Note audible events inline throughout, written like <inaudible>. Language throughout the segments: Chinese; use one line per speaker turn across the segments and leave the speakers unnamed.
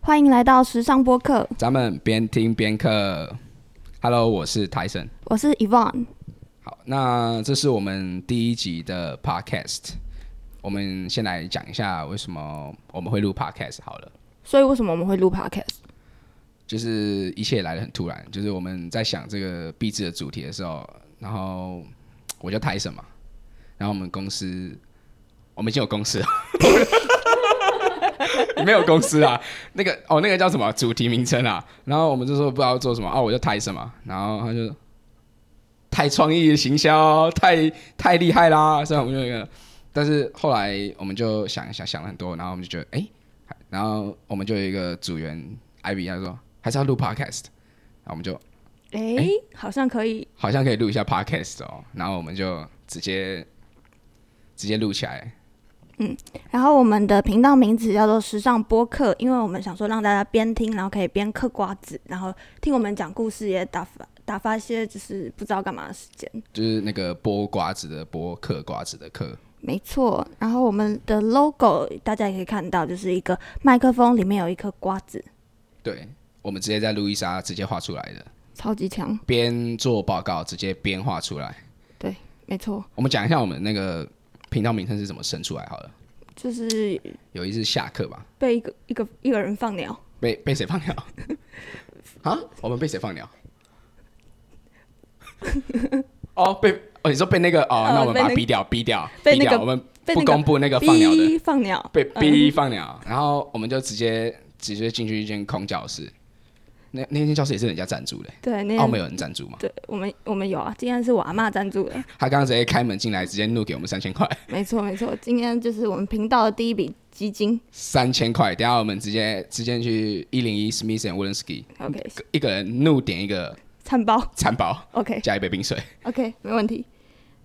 欢迎来到时尚播客，
咱们边听边课。Hello，我是泰森。
我是 Yvonne。
好，那这是我们第一集的 Podcast。我们先来讲一下为什么我们会录 Podcast 好了。
所以为什么我们会录 podcast？
就是一切来的很突然，就是我们在想这个壁纸的主题的时候，然后我叫泰森嘛，然后我们公司，我们已经有公司了， <laughs> 没有公司啊，那个哦，那个叫什么主题名称啊？然后我们就说不知道做什么，哦，我叫泰森嘛，然后他就太创意的行销，太太厉害啦，所以我们就有一个，但是后来我们就想一想想了很多，然后我们就觉得哎。然后我们就有一个组员艾比，他说还是要录 podcast，然后我们就
哎、好像可以。
好像可以录一下 podcast 哦，然后我们就直接直接录起来，
然后我们的频道名字叫做时尚播客，因为我们想说让大家边听，然后可以边嗑瓜子，然后听我们讲故事，也打发打发一些就是不知道干嘛的时间。
就是那个剥瓜子的剥，嗑瓜子的嗑，
没错，然后我们的 logo 大家也可以看到，就是一个麦克风里面有一颗瓜子，
对我们直接在路易莎直接画出来的，
超级强。
边做报告直接边画出来。
没错，
我们讲一下我们那个频道名称是怎么生出来好了。
就是
有一次下课吧，
被一个一个一个人放鸟，
被被谁放鸟？ <laughs> 啊？我们被谁放鸟？ <laughs> 哦，被哦，你说被那个哦
哦，
那我们
被
把
那
它逼掉，逼掉，
被
逼
那
掉，
个
我们
被
不
那个嗯
公布那个放鸟的，
哔放鸟，
被逼放鸟，然后我们就直接直接进去一间空教室，那那间教室也是人家赞助的，
对，那
澳门有人赞助嘛？
对我们我们有啊，今天是我阿妈赞助的，
他刚刚直接开门进来，直接怒给我们三千块，
没错没错，今天就是我们频道的第一笔基金
三千块，等一下我们直接直接去一零一 Smith and Wollensky，
，OK，
一个人怒点一个
餐包
餐包，
，OK
加一杯冰水，
OK，没问题，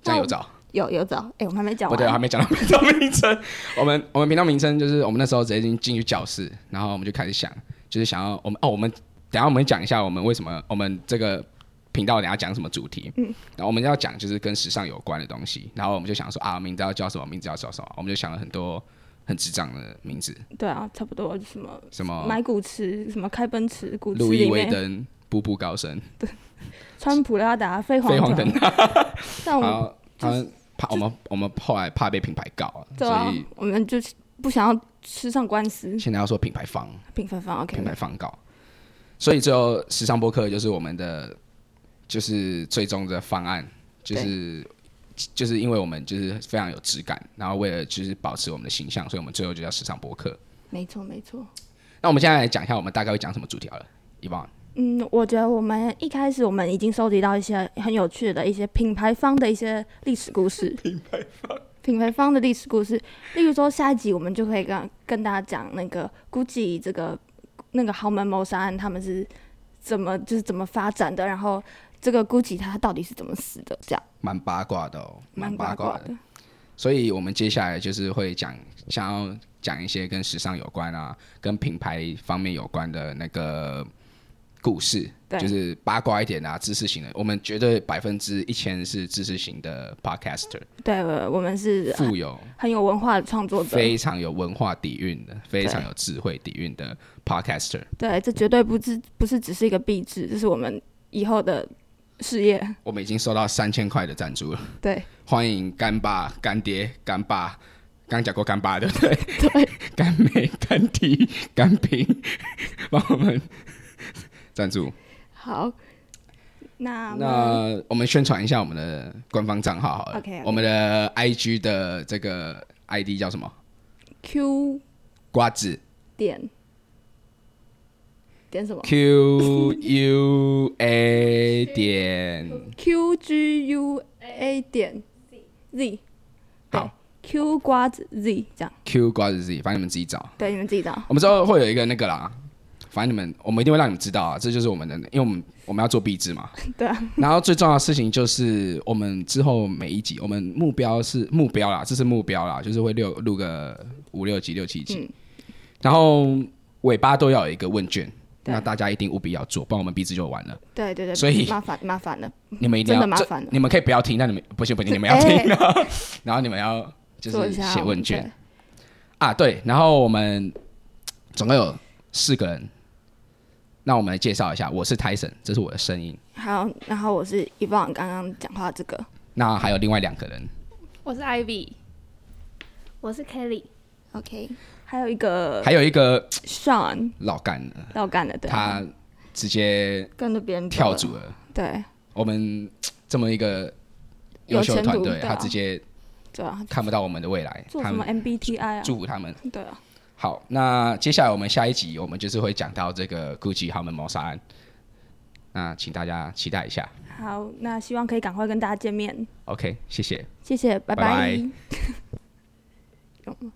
这样有
那
找。
有有找，哎、我们还没讲
不对，啊还
完，
没讲到频道名称。 <laughs> 我们我们频道名称就是我们那时候直接进进去教室，然后我们就开始想，就是想要我们哦，我们等一下我们讲一下我们为什么我们这个频道等一下讲什么主题。嗯，然后我们要讲就是跟时尚有关的东西，然后我们就想说啊，名字要叫什么，名字要叫什么，我们就想了很多很智障的名字，
对啊，差不多什么 <laughs>
什么
买古驰，什么开奔驰，古驰
哦路易
里
威
面
登、步步高升、
穿普拉达，飞黄
飞黄
腾
腾
达，
<laughs> 达，
但我们
然后他们怕我们我们后来怕被品牌告啊，
对啊
所以，
我们就是不想要吃上官司，
现在要说品牌方。
平分方 OK，
品牌放稿，所以最后时尚播客就是我们的就是最终的方案，就是就是因为我们就是非常有质感，然后为了就是保持我们的形象，所以我们最后就叫时尚播客。
没错没错。
那我们现在来讲一下我们大概会讲什么主题好了，一棒
嗯，我觉得我们一开始我们已经收集到一些很有趣的一些品牌方的一些历史故事。 <laughs> 品牌方。品牌方的历史故事，例如说下一集我们就可以跟跟大家讲那个 GUCCI 这个那个豪门谋杀案，他们是怎么就是怎么发展的，然后这个 GUCCI 它到底是怎么死的，这样
蛮八卦的哦，蛮八
卦
卦的。。所以我们接下来就是会讲，想要讲一些跟时尚有关啊，跟品牌方面有关的那个故事，
对
就是八卦一点啊，知识型的。我们绝对百分之一千是知识型的 podcaster，
对，呃我我们是啊
富有、
很有文化的创作者，
非常有文化底蕴的、非常有智慧底蕴的 podcaster。
对，这绝对不是不是只是一个壁纸，这是我们以后的事业。
我们已经收到三千块的赞助了，
对，
欢迎干爸、干爹、干爸。刚讲过干爸对不对？
对，
<laughs> 干妹、干弟、干平， <laughs> 帮我们赞助。
好，那么
那我们宣传一下我们的官方账号好了
OK，OK
我们的 IG 的这个 ID 叫什么？
Q
瓜子
点点什么
Q U A 点，
？Q G U A 点 Z，对
好
，Q 瓜子 Z 这样，
Q 瓜子 Z，反正你们自己找。
对，你们自己找。
我们之后会有一个那个啦，反正你们我们一定会让你们知道啊，这就是我们的，因为我们我们要做壁纸嘛。
<laughs> 对 <laughs> 啊，
然后最重要的事情就是我们之后每一集，我们目标是目标啦，这是目标啦，就是会六录个五六集、六七集，
嗯
然后尾巴都要有一个问卷。
对
那大家一定务必要做，不然我们壁纸就完了。
对对对，
所以
麻烦麻烦了，
你们一定
嗯真
要
的麻
这
烦了哎
你们可以不要听，但你们不行不行，你们要听、 <laughs> 然后你们要 <laughs> 就
做一
是
下
写问
对
卷，啊，对，然后我们总共有四个人。那我们来介绍一下，我是 Tyson，这是我的声音。
好，然后我是遗忘刚刚讲话这个，
那还有另外两个人，
我是 Ivy，
我是 Kelly，
OK，还有一个
还有一个
Sean
老干的，
要干的，对，
他直接
跟着别人走
跳
了
组了。
对
我们这么一个优秀的团
有
队，
前途对啊
他直接
对啊，
看不到我们的未来，
做
他
什么
们
MBTI 啊？
祝福他们。
对啊，
好，那接下来我们下一集，我们就是会讲到这个 Gucci 豪门谋杀案，那请大家期待一下。
好，那希望可以赶快跟大家见面，
OK，谢谢。
谢谢，拜
拜拜
有吗